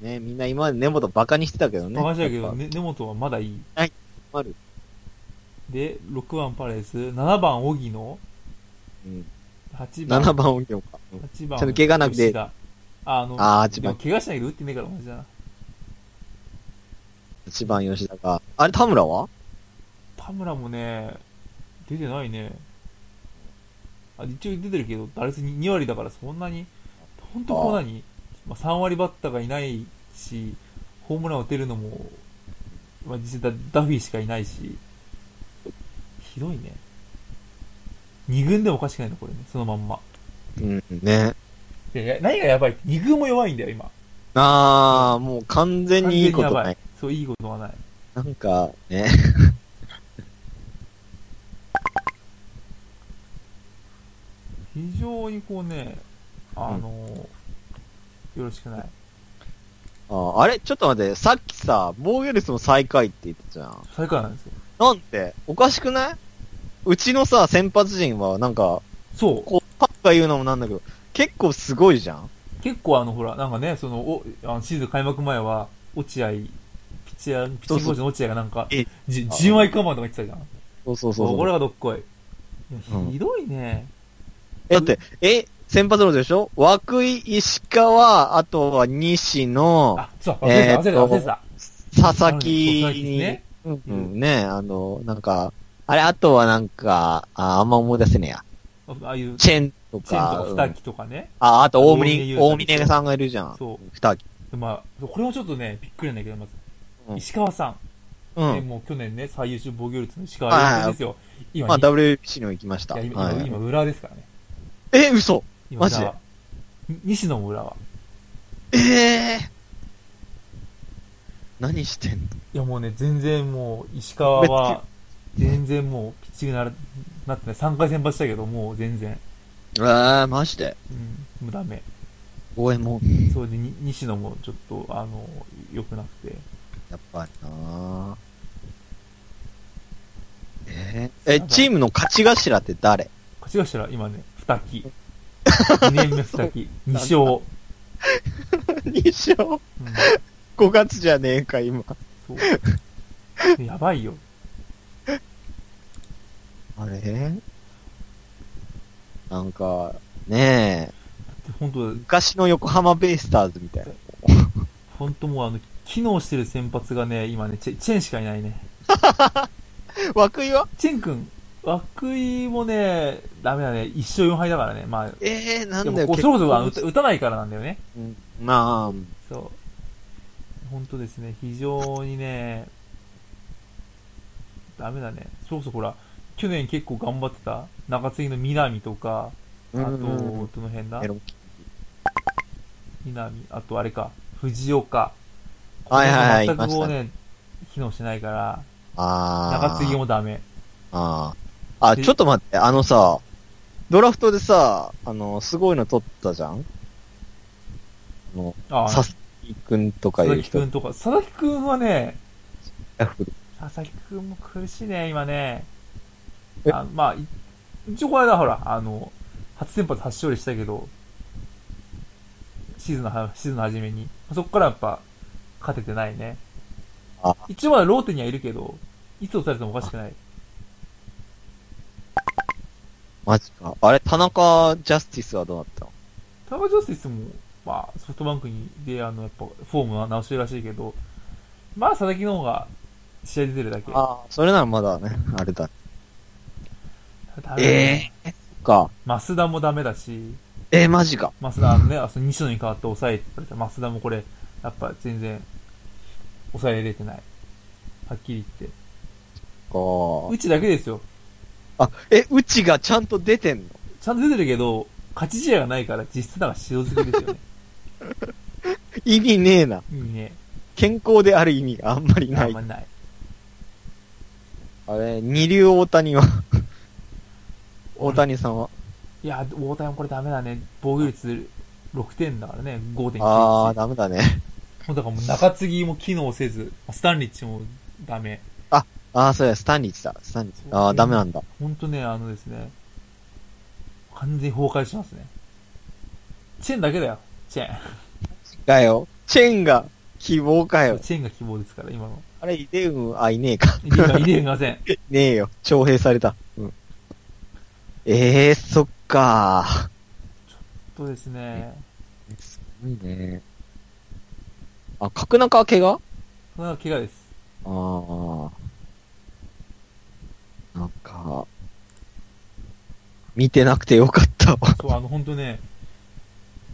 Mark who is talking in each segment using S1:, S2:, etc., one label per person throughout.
S1: ね、みんな今まで根本バカにしてたけどね。
S2: バカにしてたけ
S1: やっ
S2: ど、
S1: ぱ
S2: ね、根本はまだいい。
S1: 困る。
S2: で、6番パレス、7番荻野、
S1: うん。
S2: 8番、
S1: 7番音響か。うん
S2: 8番
S1: ちゃんと怪我なくて
S2: 吉田ああの、
S1: あー8番
S2: でも怪我しないけど打ってねえから同じだな。
S1: 8番吉田が。あれ、田村は
S2: 田村もね、出てないね。あ、一応出てるけど、打率に2割だからそんなに、ほんとこう何まあ、3割バッターがいないし、ホームラン打てるのも、まあ、実際ダダフィーしかいないし、ひどいね。2軍でもおかしくないの、これね、そのまんま。
S1: うん、ね。
S2: いやいや、何がやばいって、2軍も弱いんだよ、今。
S1: あー、もう完全にいいこと
S2: 完全にやば
S1: ない。
S2: そう、いいことはない。
S1: なんか、ね。
S2: 非常にこうね、あの、よろしくない。
S1: あーあれちょっと待って、さっきさ、防御率も最下位って言ってたじゃん。
S2: 最下位なんですよ。
S1: なんて、おかしくないうちのさ、先発陣は、なんか、
S2: そう。
S1: こう、パッが言うのもなんだけど、結構すごいじゃん
S2: 結構あの、ほら、なんかね、その、おあのシーズン開幕前は、落合、ピッチャー、ピッチングコーチの落合がなんか、
S1: え
S2: じ10枚カバーとか言ってたじゃん。
S1: そうそうそう
S2: こ
S1: そ
S2: れ
S1: う。
S2: がどっこい。い
S1: う
S2: や
S1: ん
S2: ひどいね。
S1: だって、え、先発のでしょ涌井、石川、あとは西野、
S2: あ、そう、忘れ
S1: えーっ
S2: た、忘れた、
S1: と
S2: 忘れてた。
S1: 佐々木
S2: あのそう佐々木ですね
S1: うん、う、
S2: うん
S1: ね、あの、なんか、あれ、あとはなんか、ああんま思い出せねえや。
S2: あああいう、チ
S1: チェンと
S2: ェ
S1: か、
S2: ンと
S1: う
S2: か
S1: ん
S2: 二木とかね。
S1: あ、あと大
S2: 大峰
S1: 森、
S2: 優太
S1: 大峰さんがいるじゃん。
S2: そう
S1: 二木。
S2: でまあ、これもちょっとね、びっくりなんだけど、まず。
S1: うん
S2: 石川さん、
S1: う
S2: ね
S1: ん。
S2: もう去年ね、最優秀防御率の石
S1: はいはい
S2: 川優秀ですよ。今、
S1: まあ、
S2: いや
S1: WBC にも行きました。
S2: 今、
S1: は
S2: 今
S1: い、
S2: 裏ですからね。
S1: え、嘘
S2: 今
S1: マジ
S2: 裏はに西野も裏は。
S1: ええ何してんの
S2: いやもうね、全然もう、石川は、全然もう、ピッチングならなってない。3回先発したけど、もう全然。
S1: ええマジで
S2: うん、もうダメ。
S1: 応援も、
S2: そうで、に西野もちょっと、あの、良くなくて。
S1: やっぱりなえーえ、チームの勝ち頭って誰
S2: 勝ち頭、今ね、二木。2年目二木。2勝。
S1: 西勝
S2: うん、
S1: 5月じゃねえか、今。
S2: そう。やばいよ。
S1: あれなんか、ねえ、
S2: 本当
S1: 昔の横浜ベイスターズみた いな。
S2: 本当もうあの、機能してる先発がね、今ね、チェチェンしかいないね。
S1: 涌井は
S2: チェン君、涌井もね、ダメだね。1勝4敗だからね。まあ、
S1: ええな
S2: で
S1: んだよ、
S2: も、そろそろあの打
S1: 結
S2: た
S1: 婚
S2: 打たないからなんだよね。
S1: うんまあ、
S2: そう。本当ですね、非常にね、ダメだね。そうそう、ほら、去年結構頑張ってた、中継ぎの南とか、あと、
S1: うん
S2: どの辺だ
S1: メロン
S2: 南、あとあれか、藤岡。
S1: はいはいはい
S2: ここも全くこう
S1: い
S2: ね、機能してないから、
S1: ああ。
S2: 中継ぎもダメ。
S1: ああ。あ、ちょっと待って、あのさ、ドラフトでさ、あの、すごいの取ったじゃんあの、
S2: ああ、
S1: さ
S2: 佐
S1: すきくんとかい
S2: 々
S1: う
S2: 木
S1: 人。
S2: くんとか、佐々木くんはね、
S1: う
S2: 佐々木くんも苦しいね、今ね。
S1: え
S2: あまあ、い一応これだ、ほら、あの、初先発初勝利したけど、シーズンのは、シーズンの初めに。そこからやっぱ、勝ててないね
S1: あ。
S2: 一応まだローテにはいるけど、いつ落とされてもおかしくない。
S1: マジか。あれ、田中ジャスティスはどうなったの
S2: タワージョスティスも、まあ、ソフトバンクに、で、あの、やっぱ、フォームは直してるらしいけど、まあ、佐々木の方が、試合出てるだけ。
S1: ああ、それならまだね、あれだ。
S2: ダメだね
S1: ええか。
S2: 増田もダメだし、
S1: えー、マジか。
S2: マスダのね、あその西野に代わって抑えてられたマスダもこれ、やっぱ全然、抑えれてない。はっきり言って。
S1: か
S2: うちだけですよ。
S1: あ、え、うちがちゃんと出てんの
S2: ちゃんと出てるけど、勝ち試合がないから実質だから塩漬けで すよね。
S1: 意味ねえな。
S2: いいね。
S1: 健康である意味があんまりな
S2: あん
S1: い
S2: ま。りない。
S1: あれ、二流大谷 は大谷さんはい
S2: や、大谷もこれダメだね。防御率6点だからね、
S1: ああ、
S2: 5.91。
S1: ダメだね。
S2: もうだからもう中継ぎも機能せず、スタンリッチもダメ。
S1: ああ、そうや、スタンリッチだ。スタンリッチ。ああ、ダメなんだ。
S2: ほんとね、あのですね、完全に崩壊しますね。チェンだけだよ、チェン。
S1: だよ。チェンが希望かよ。
S2: チェンが希望ですから、今の。
S1: あれ、イデウン、あ、いねえ か。
S2: いでいでいません。
S1: いねえよ。徴兵された。うん。ええー、そっか
S2: そうですね。
S1: すごいね。あ、角中は怪我
S2: これは怪我です。
S1: ああ。なんか、見てなくてよかった。
S2: そう、あの、ほんとね、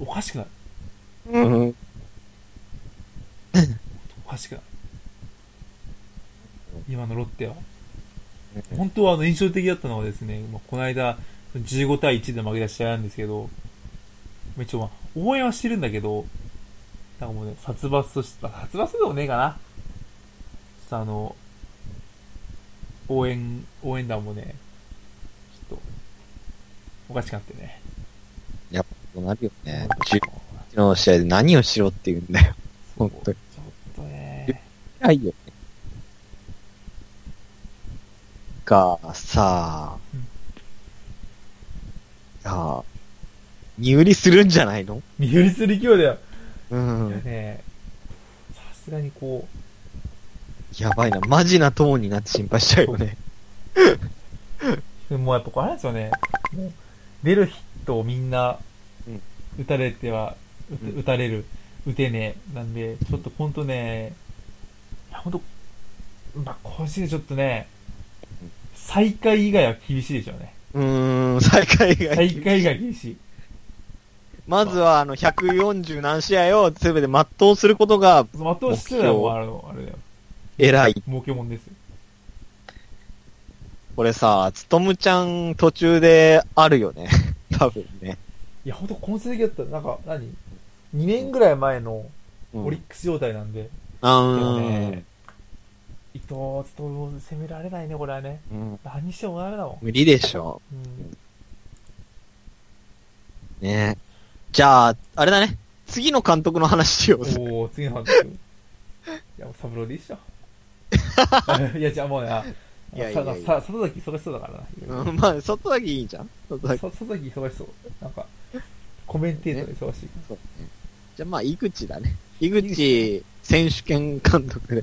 S2: おかしくない。
S1: うん。
S2: おかしくない。今のロッテは。本当はあの印象的だったのはですね、まあ、この間、15対1で負けた試合なんですけど、まあ一応まあ、応援はしてるんだけど、なんかもうね、殺伐として、あ殺伐でもねえかな。ちょっとあの、応援、応援団もね、ちょっと、おかしくなってね。
S1: そうなるよね。中日の試合で何をしろって言うんだよ。本当に
S2: ちょっとね、
S1: はいよね。が、さあ
S2: うん、
S1: ああ、入りするんじゃないの
S2: 見振りする勢いだよ。
S1: う
S2: いや
S1: ん。
S2: ね、さすがにこう、
S1: やばいな。マジなトーンになって心配しちゃうよね。
S2: でもやっぱこれあれですよね。もう出るヒットをみんな
S1: うん、
S2: 打たれては、打て
S1: うん
S2: 打たれる、打てねえ。なんで、ちょっとほんとね、いやほんと、まあ、こうしてちょっとね
S1: うん、
S2: 最下位以外は厳しいでしょうね。
S1: うーん、最下位がい
S2: 最
S1: い
S2: 下位以外は厳しい。
S1: まずは、あの、140何試合を全て全うすることが
S2: その後押しすらもうあの、あれだよ。
S1: 偉い。
S2: 儲けもんですよ。
S1: これさ、つとむちゃん途中であるよね。 多分ね。
S2: いや、ほんと、この成績だったら、なんか、何 ?2 年ぐらい前の
S1: うん
S2: オリックス状態なんで、
S1: あ
S2: でも
S1: ー
S2: ね、伊藤つを攻められないね、これはね。
S1: うん。
S2: 何にしてもダメだもん。
S1: 無理でしょ。
S2: うん
S1: ねじゃあ、あれだね。次の監督の話しようぜ。
S2: おお次の話ですよ。いや、もう三郎でいい っしょ。いや、じゃあもうね、あ
S1: いやいや
S2: さ
S1: いや
S2: さ里崎忙しそうだからな。
S1: うん、まあ、外だけいいじゃん。外だけ。
S2: さ里崎忙しそう。なんか、コメンテーターで忙しい。
S1: そうね。じゃあまあ、井口だね。井口選手権監督で。
S2: い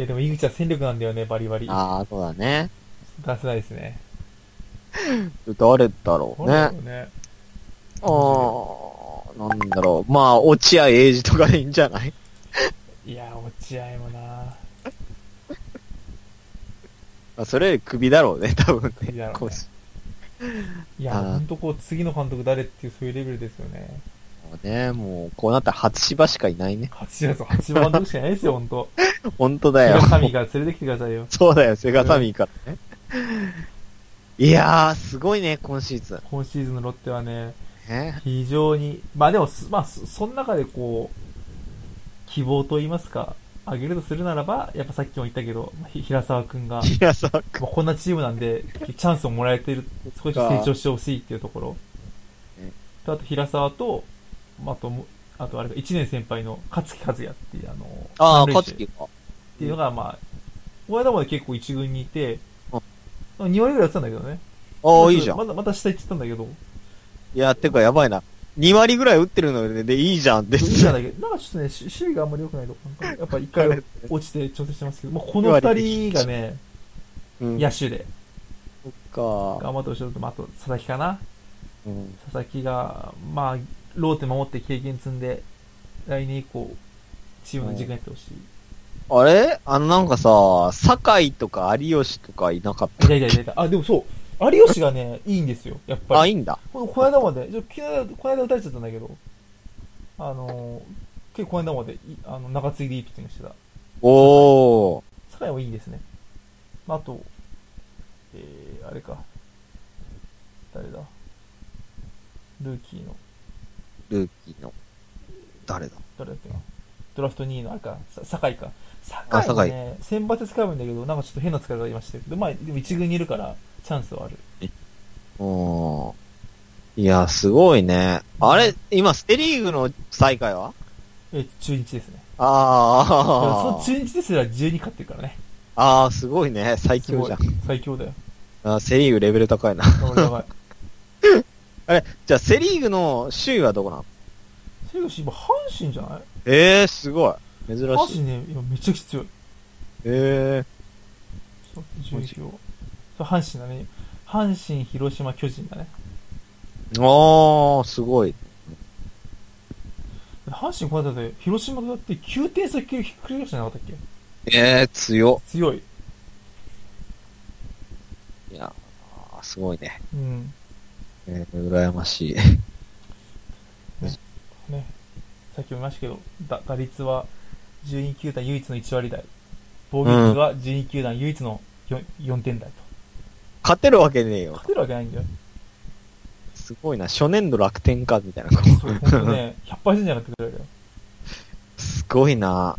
S2: や、でも井口は戦力なんだよね、バリバリ。
S1: ああ、そうだね。
S2: 出せないですね。
S1: 誰だろうね。
S2: な
S1: あ
S2: んだろう
S1: あ
S2: ね。
S1: ー、なんだろう。まあ、落合英二とかでいいんじゃない
S2: いや、落合もな。
S1: まあ、それより首だろうね、多分
S2: 首だろ
S1: ね
S2: うね。
S1: こうし
S2: いや、
S1: あー
S2: ほんとこう、次の監督誰っていう、そういうレベルですよね。
S1: もうね、もう、こうなったら初芝しかいないね。
S2: 八番、八番監督しかいないですよ、ほんと。
S1: 本当だよ。
S2: 神から連れてきてくださいよ。
S1: そうだよ、セガサミーからね。 いやー、すごいね、今シーズン。
S2: 今シーズンのロッテはね、
S1: ね、
S2: 非常に、まあでもす、まあ、そその中でこう、希望と言いますか、あげるとするならば、やっぱさっきも言ったけど、まあひ平沢くんが、
S1: 平沢
S2: まあ、こんなチームなんで、チャンスをもらえてる、少し成長してほしいっていうところ
S1: うん。
S2: とあと平沢と、まああとも、あとあれか、1年先輩の勝木和也っていう、あの、
S1: ああ、
S2: 三塁手
S1: 勝樹か。
S2: っていうのが、まあ、親玉で結構一軍にいて、
S1: うん
S2: 2割ぐらいやってたんだけどね。
S1: ああ、いいじゃん。
S2: まだ、また下行っちゃったんだけど、
S1: いや、てかやばいな。2割ぐらい打ってるので、で、いいじゃんって。
S2: いいじゃないけど、なんかちょっとね、し守備があんまり良くないとこなんか、やっぱ一 回落ちて調整してますけど、まあ、この二人がね、
S1: うん、
S2: 野手で
S1: そっか。
S2: 頑張ってほしいのと、まあ、あと佐々木かな。
S1: うん。
S2: 佐々木が、まあ、ローテ守って経験積んで、来年以降、チームの軸になってほしい。
S1: あれあの、なんかさ、酒井とか有吉とかいなかっ。
S2: あいたいたいたいた。あ、でもそう、有吉がね、いいんですよ、やったぱ
S1: あ、
S2: り。
S1: いいんだ。
S2: このこの間まで、ちょ昨日この間打たれちゃったんだけど、あのー、結構この間までい、あの、中継ぎでいいピッチングしてた。
S1: おー。
S2: 酒井もいいですね。まあ、あと、えー、あれか。誰だルーキーの、
S1: ルーキーの。誰だ
S2: 誰だっけなドラフト2位の、あれか、さ酒井か。酒井もね、選抜で使えばいいんだけど、なんかちょっと変な使い方今してるけど、まあ、でも1軍にいるから、チャンスはある。
S1: おー。いや、すごいね。あれ今、ステリーグの最下位は
S2: えー、中日ですね。だからそ
S1: あ
S2: の
S1: ー。
S2: 中日ですら12勝ってるからね。
S1: あー、すごいね。最
S2: すご
S1: 強
S2: い
S1: じゃん。
S2: 最 強だよ。
S1: あーセリーグレベル高いな。
S2: だからやばい。
S1: あれじゃあ、セリーグの首位はどこなの
S2: セリフ氏今、阪神じゃない
S1: ええー、すごい。珍
S2: マ
S1: し
S2: ジ
S1: い。
S2: ね、今めちゃくちゃ強い。
S1: ええ
S2: ちょっと順位表そう阪神だね。阪神、広島、巨人だね。
S1: ー。あー、すごい。
S2: 阪神、この間だって、広島だって9点差級ひっくり返してなかったっけ
S1: ええー、強
S2: 強い。
S1: っ。いやー、すごいね。
S2: うん。
S1: えー、羨ましい。
S2: ね。さっきも言いましたけど、だ打率は12球団唯一の1割台。防御率は12球団唯一の 4, 4点台と。
S1: 勝てるわけねえよ。
S2: 勝てるわけないんだよ。
S1: すごいな。初年度楽天か、みたいな。 こ
S2: そう、ほんと ね、100%じゃなくてくれる
S1: う
S2: よ。
S1: すごいな。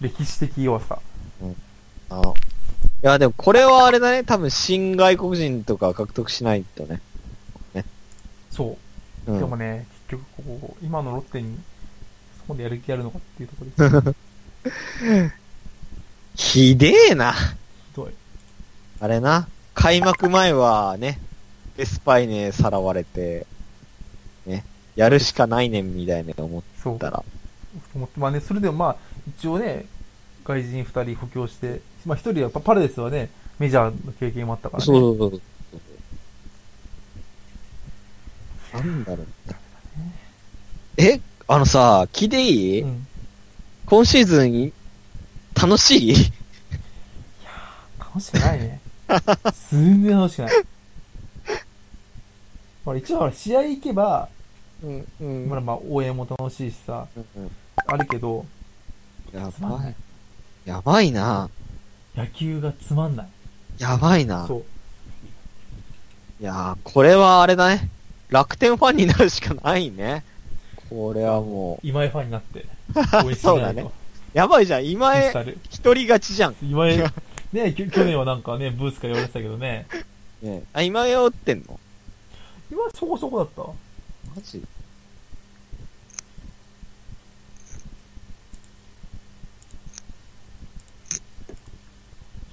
S2: 歴史的弱さ。
S1: あいや、でもこれはあれだね。多分、新外国人とか獲得しないとね。
S2: そう。
S1: う
S2: でも
S1: ん。
S2: ね、結局こう、今のロッテに、そこでやる気あるのかっていうところ です。
S1: ひでえな。
S2: ひどい。
S1: あれな。開幕前はね、エスパイネさらわれて、ね、やるしかないねんみたいな思っ
S2: そう。
S1: たら。
S2: 思ってまあね、それでもまあ、一応ね、外人2人補強して、まあ1人はやっぱパレデスはね、メジャーの経験もあったからね。
S1: そうそうそうそう。なんだろう。え、あのさ、聞いていい、
S2: うん。
S1: 今シーズン、楽しい
S2: 楽しくな いね。全然楽しくない。ほら、一応ほら、試合行けば、
S1: うん、うん
S2: ほらまあ応援も楽しいしさ、
S1: うん
S2: あるけど、
S1: や
S2: つまん
S1: ば
S2: ない
S1: い。。やばいな。
S2: 野球がつまんない。
S1: やばいな。
S2: そう。
S1: いやー、これはあれだね。楽天ファンになるしかないね。これはも
S2: 今井ファンに なって、応援して
S1: そう
S2: みな
S1: だ
S2: い
S1: ね
S2: と。
S1: う。やばいじゃん。今
S2: ミ
S1: へ
S2: スタル
S1: 一人勝ちじゃん。
S2: 今井、ね、きょ 去年はなんかね、ブースから言われてたけどね、
S1: ねあ、今へ打ってんの
S2: 今井そこそこだったわ
S1: マジ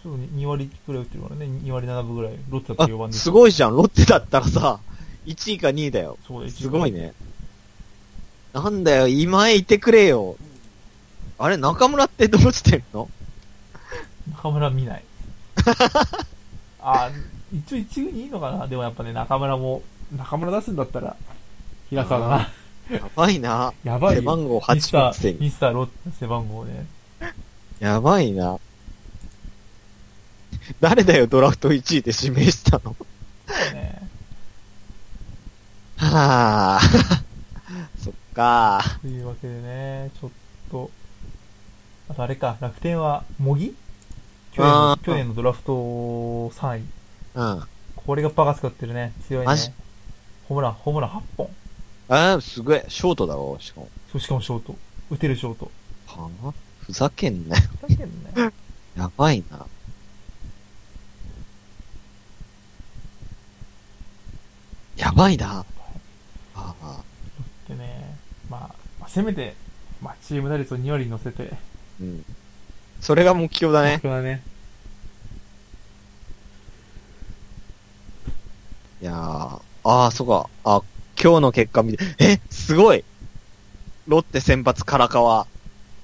S2: ちょっと2割くらい打ってるからね、2割7分ぐらい、ロッテだっ
S1: あ
S2: て4番、ですい。
S1: ごいじゃん。ロッテだったらさ、1位か2位だよ。
S2: そうだ、一
S1: す
S2: 応
S1: ごい。ね。なんだよ、今へいてくれよ。あれ、中村ってどうしてんの
S2: 中村 見ない。あ、一応一軍にいいのかなでもやっぱね、中村も、中村出すんだったら、平沢だな。
S1: やばいな。
S2: やばい
S1: 背
S2: よ。
S1: 番号
S2: ミスタ
S1: 8つ
S2: ー、ミスターロッテ、背番号ね。
S1: やばいな。誰だよ、ドラフト1位で指名したの。
S2: ね
S1: はぁ。 そっか
S2: というわけでね、ちょっと、あとあれか、楽天は、茂木去年
S1: あ
S2: の
S1: ー
S2: 去年のドラフト3位。
S1: うん。
S2: これがバカ使ってるね。強いね
S1: マジ。
S2: ホームラン、ホームラン8本。
S1: あーすごい。ショートだろ、しかも。
S2: そうしかもショート。打てるショート。
S1: はぁふざけんなよ。
S2: だけどね。
S1: やばいな。やばいな。ああ、
S2: でね、まあ、まあ、せめて、まあ、チーム打率を2割に乗せて。
S1: うん。それが目標だ ね。
S2: 僕はね。
S1: いやー、ああー、そっか。あ、今日の結果見て、え、すごいロッテ先発唐川、1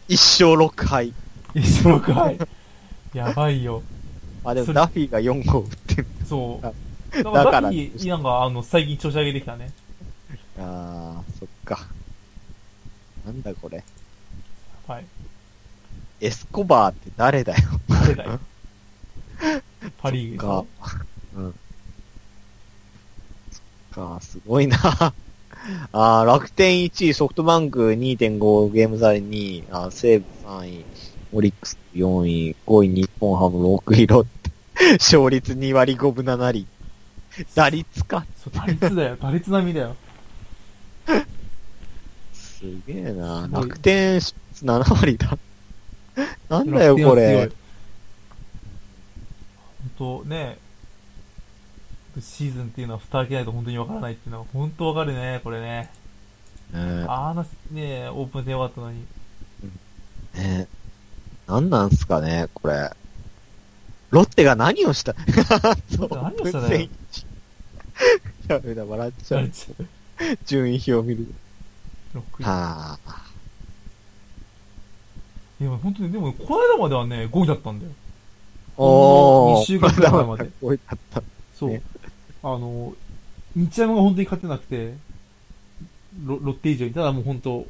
S1: 勝6敗。
S2: 一生かい。やばいよ。
S1: あ、で
S2: そ
S1: も
S2: れ
S1: ダフィーが4号打ってる。
S2: そう。なん
S1: だか
S2: か、ダ
S1: ら
S2: フィー、なんか、あの、最近調子上げてきたね。
S1: あー、そっか。なんだこれ。
S2: はい。
S1: エスコバーって誰だよ。
S2: 誰だよ。パリーグでし
S1: か
S2: ょ。
S1: うん。そっか、すごいな。あー楽天1位、ソフトバンク2.5、ゲーム差2位、あー西武3位、オリックス4位、5位日本ハム、6位ロッテ。勝率2割5分7厘。打率か。
S2: そう、打率だよ。打率並みだよ。
S1: すげえな。
S2: すごい
S1: 楽天勝率7割だ。なんだよ、これ。。
S2: 本当ね、シーズンっていうのは蓋開けないと本当にわからないっていうのは本当わかるね、これね。
S1: うん
S2: ああな、ね、オープン戦終わったのに。
S1: ねなんなんすかね、これ。ロッテが何をした
S2: ロッテ何をしたのよ
S1: やべえな、笑っちゃ
S2: 6
S1: う。順位表を見る。はあ。
S2: いや、本当に、でも、この間まではね、5位だったんだよ。
S1: おー。
S2: 二週間くらい前まで
S1: 多かった。
S2: そう。
S1: ね
S2: あの、日山が本当に勝てなくて、ロロッテ以上に、ただもう本当、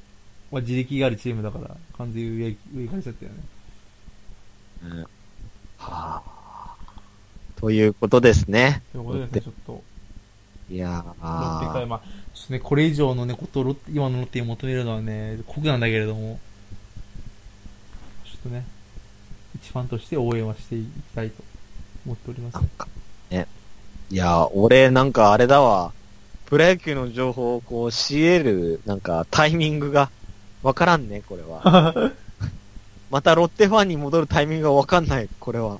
S2: まあ、自力があるチームだから、完全に上、上行かれちゃったよね。
S1: うんはあ。ということですね。
S2: ということで
S1: ロッテ
S2: ね、ちょっと、
S1: いやー
S2: ロッテから、まあ、ちょっとね、これ以上のね、ことをロッテ、今のロッテに求めるのはね、酷なんだけれども、ちょっとね、一ファンとして応援はしていきたいと思っております
S1: なん。か、ね。いや、俺、なんかあれだわ。プロ野球の情報をこう、仕入れる、なんか、タイミングが、わからんね、これは。またロッテファンに戻るタイミングがわかんない、これは。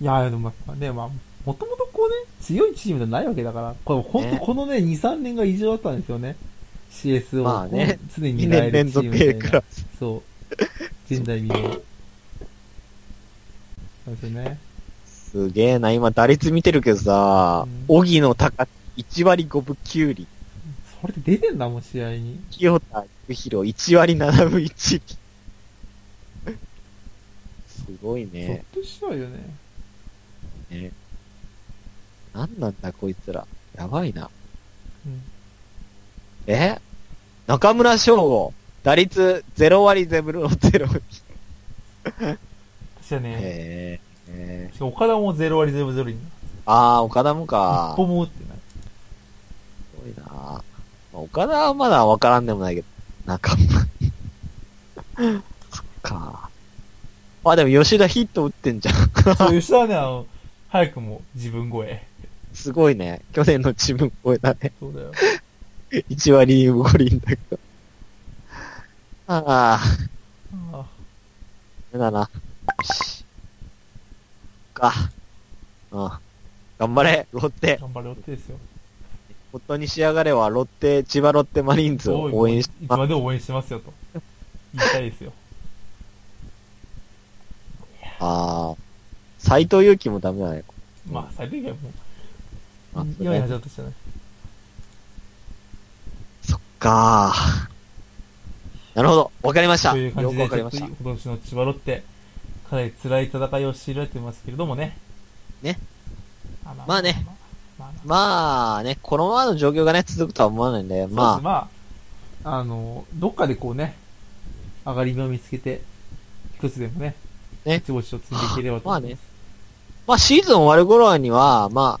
S2: いや、でもやっぱね、まあ、もともとこうね、強いチームじゃないわけだから、これ本当
S1: ね
S2: このね、2、3年が異常だったんですよね。CS を、
S1: まあね
S2: 常に
S1: 2
S2: 担え
S1: 年
S2: る
S1: 連
S2: チー
S1: 続
S2: ムみた
S1: A
S2: い
S1: ク
S2: な
S1: ラ。
S2: そう。前代未聞。そうですよね。
S1: ス。すげえな、今打率見てるけどさ
S2: うん、
S1: 小木の高、1割5分9厘、
S2: それで出てんだもん、試合に。
S1: 清田育弘1割7分1厘。すごい
S2: そっ
S1: ね。
S2: としちゃうよね。
S1: ねなんなんだ、こいつら。やばいな。
S2: うん。
S1: え中村翔吾、打率0割0分の0。
S2: そしたらね、
S1: へえ。え
S2: しかも岡田も0割0分0に、
S1: ー、あー、岡田もか。
S2: 一歩
S1: す
S2: も打ってない。
S1: ごいな。まあ岡田はまだわからんでもないけど、中村。 そっか。まあでも吉田ヒット打ってんじゃん。
S2: そう、吉田はね、あの、早くも自分超え。
S1: すごいね。去年の自分超えたね。
S2: そうだよ。
S1: 1割5厘だけど。ああ。
S2: ああ
S1: ダメだな。よし。か。うん。頑張れ、ロッテ。
S2: 頑張れ、ロッテですよ。
S1: 本当に仕上がれは、ロッテ、千葉ロッテマリーンズを応援し
S2: いつ
S1: ま
S2: までも応援してますよと。言いたいですよ。
S1: ああ。斎藤佑樹もダメだね。
S2: まあ、最低限も
S1: あ
S2: う、
S1: そ
S2: 今に
S1: れ
S2: 始まったじゃない。
S1: そっかー。なるほど。わかりました。
S2: とい
S1: よ
S2: う感
S1: く
S2: じで、
S1: わ
S2: ち
S1: かり
S2: ょっ
S1: ま
S2: と
S1: した
S2: 今。年の千葉ロッテ、かなり辛い戦いを強いられてますけれどもね。
S1: ね。
S2: まあまあ
S1: まあね。
S2: まあまあ
S1: まあね、このままの状況がね、続くとは思わないんで、
S2: まあ、
S1: まあ、
S2: まあ、あの、どっかでこうね、上がり目を見つけて、一つでもね、
S1: ね
S2: 一星を積んでいければと思います。
S1: まあシーズン終わる頃には、まあ、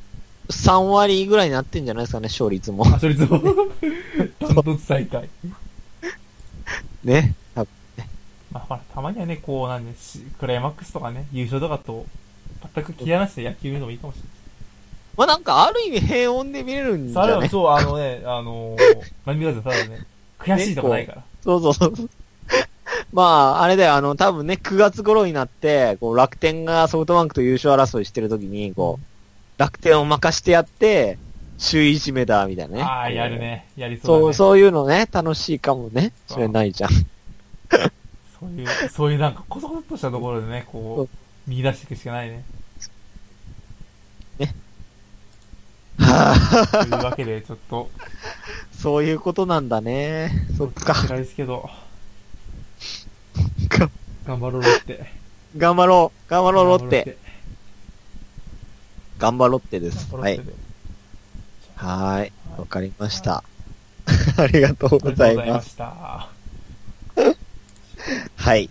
S1: 3割ぐらいになってんじゃないですかね、勝率も。
S2: あ、それぞ、ダントツ最下位。
S1: ね。多分
S2: まあ、ほら、たまにはね、こう、なんで、しクライマックスとかね、優勝とかと、全く切り離して野球見るのもいいかもしれない。
S1: まあなんか、ある意味平穏で見れるんじ
S2: さあ、
S1: ゃ
S2: で
S1: な
S2: も
S1: い
S2: そう、あのね、あのー、何見かずただね、悔しいとかないから。
S1: そうそうそう。 まあ、あれだよ、あの、多分ね、9月頃になって、こう、楽天がソフトバンクと優勝争いしてる時に、こう、楽天を任してやって、首位いじめだ、みたいなね。
S2: ああ、やるね。やりそうだ
S1: そう、
S2: ね。
S1: そういうのね、楽しいかもね。それないじゃん。
S2: そういう、そういうなんか、コソコソっとしたところでね、こう、見出していくしかないね。
S1: はあ
S2: というわけで、ちょっと、
S1: そういうことなんだね。 そっか。
S2: 辛いですけど、頑張ろうって。
S1: 頑張ろう。頑張ろう、ロッテ。
S2: て。
S1: 頑張ろってで
S2: 頑
S1: す。
S2: 張ろう
S1: は
S2: って
S1: い。
S2: で。
S1: はーい。
S2: はい
S1: わかりました。 ありがとうご
S2: ありがと
S1: ざ
S2: う
S1: い
S2: ございま
S1: ます。
S2: した。
S1: はい。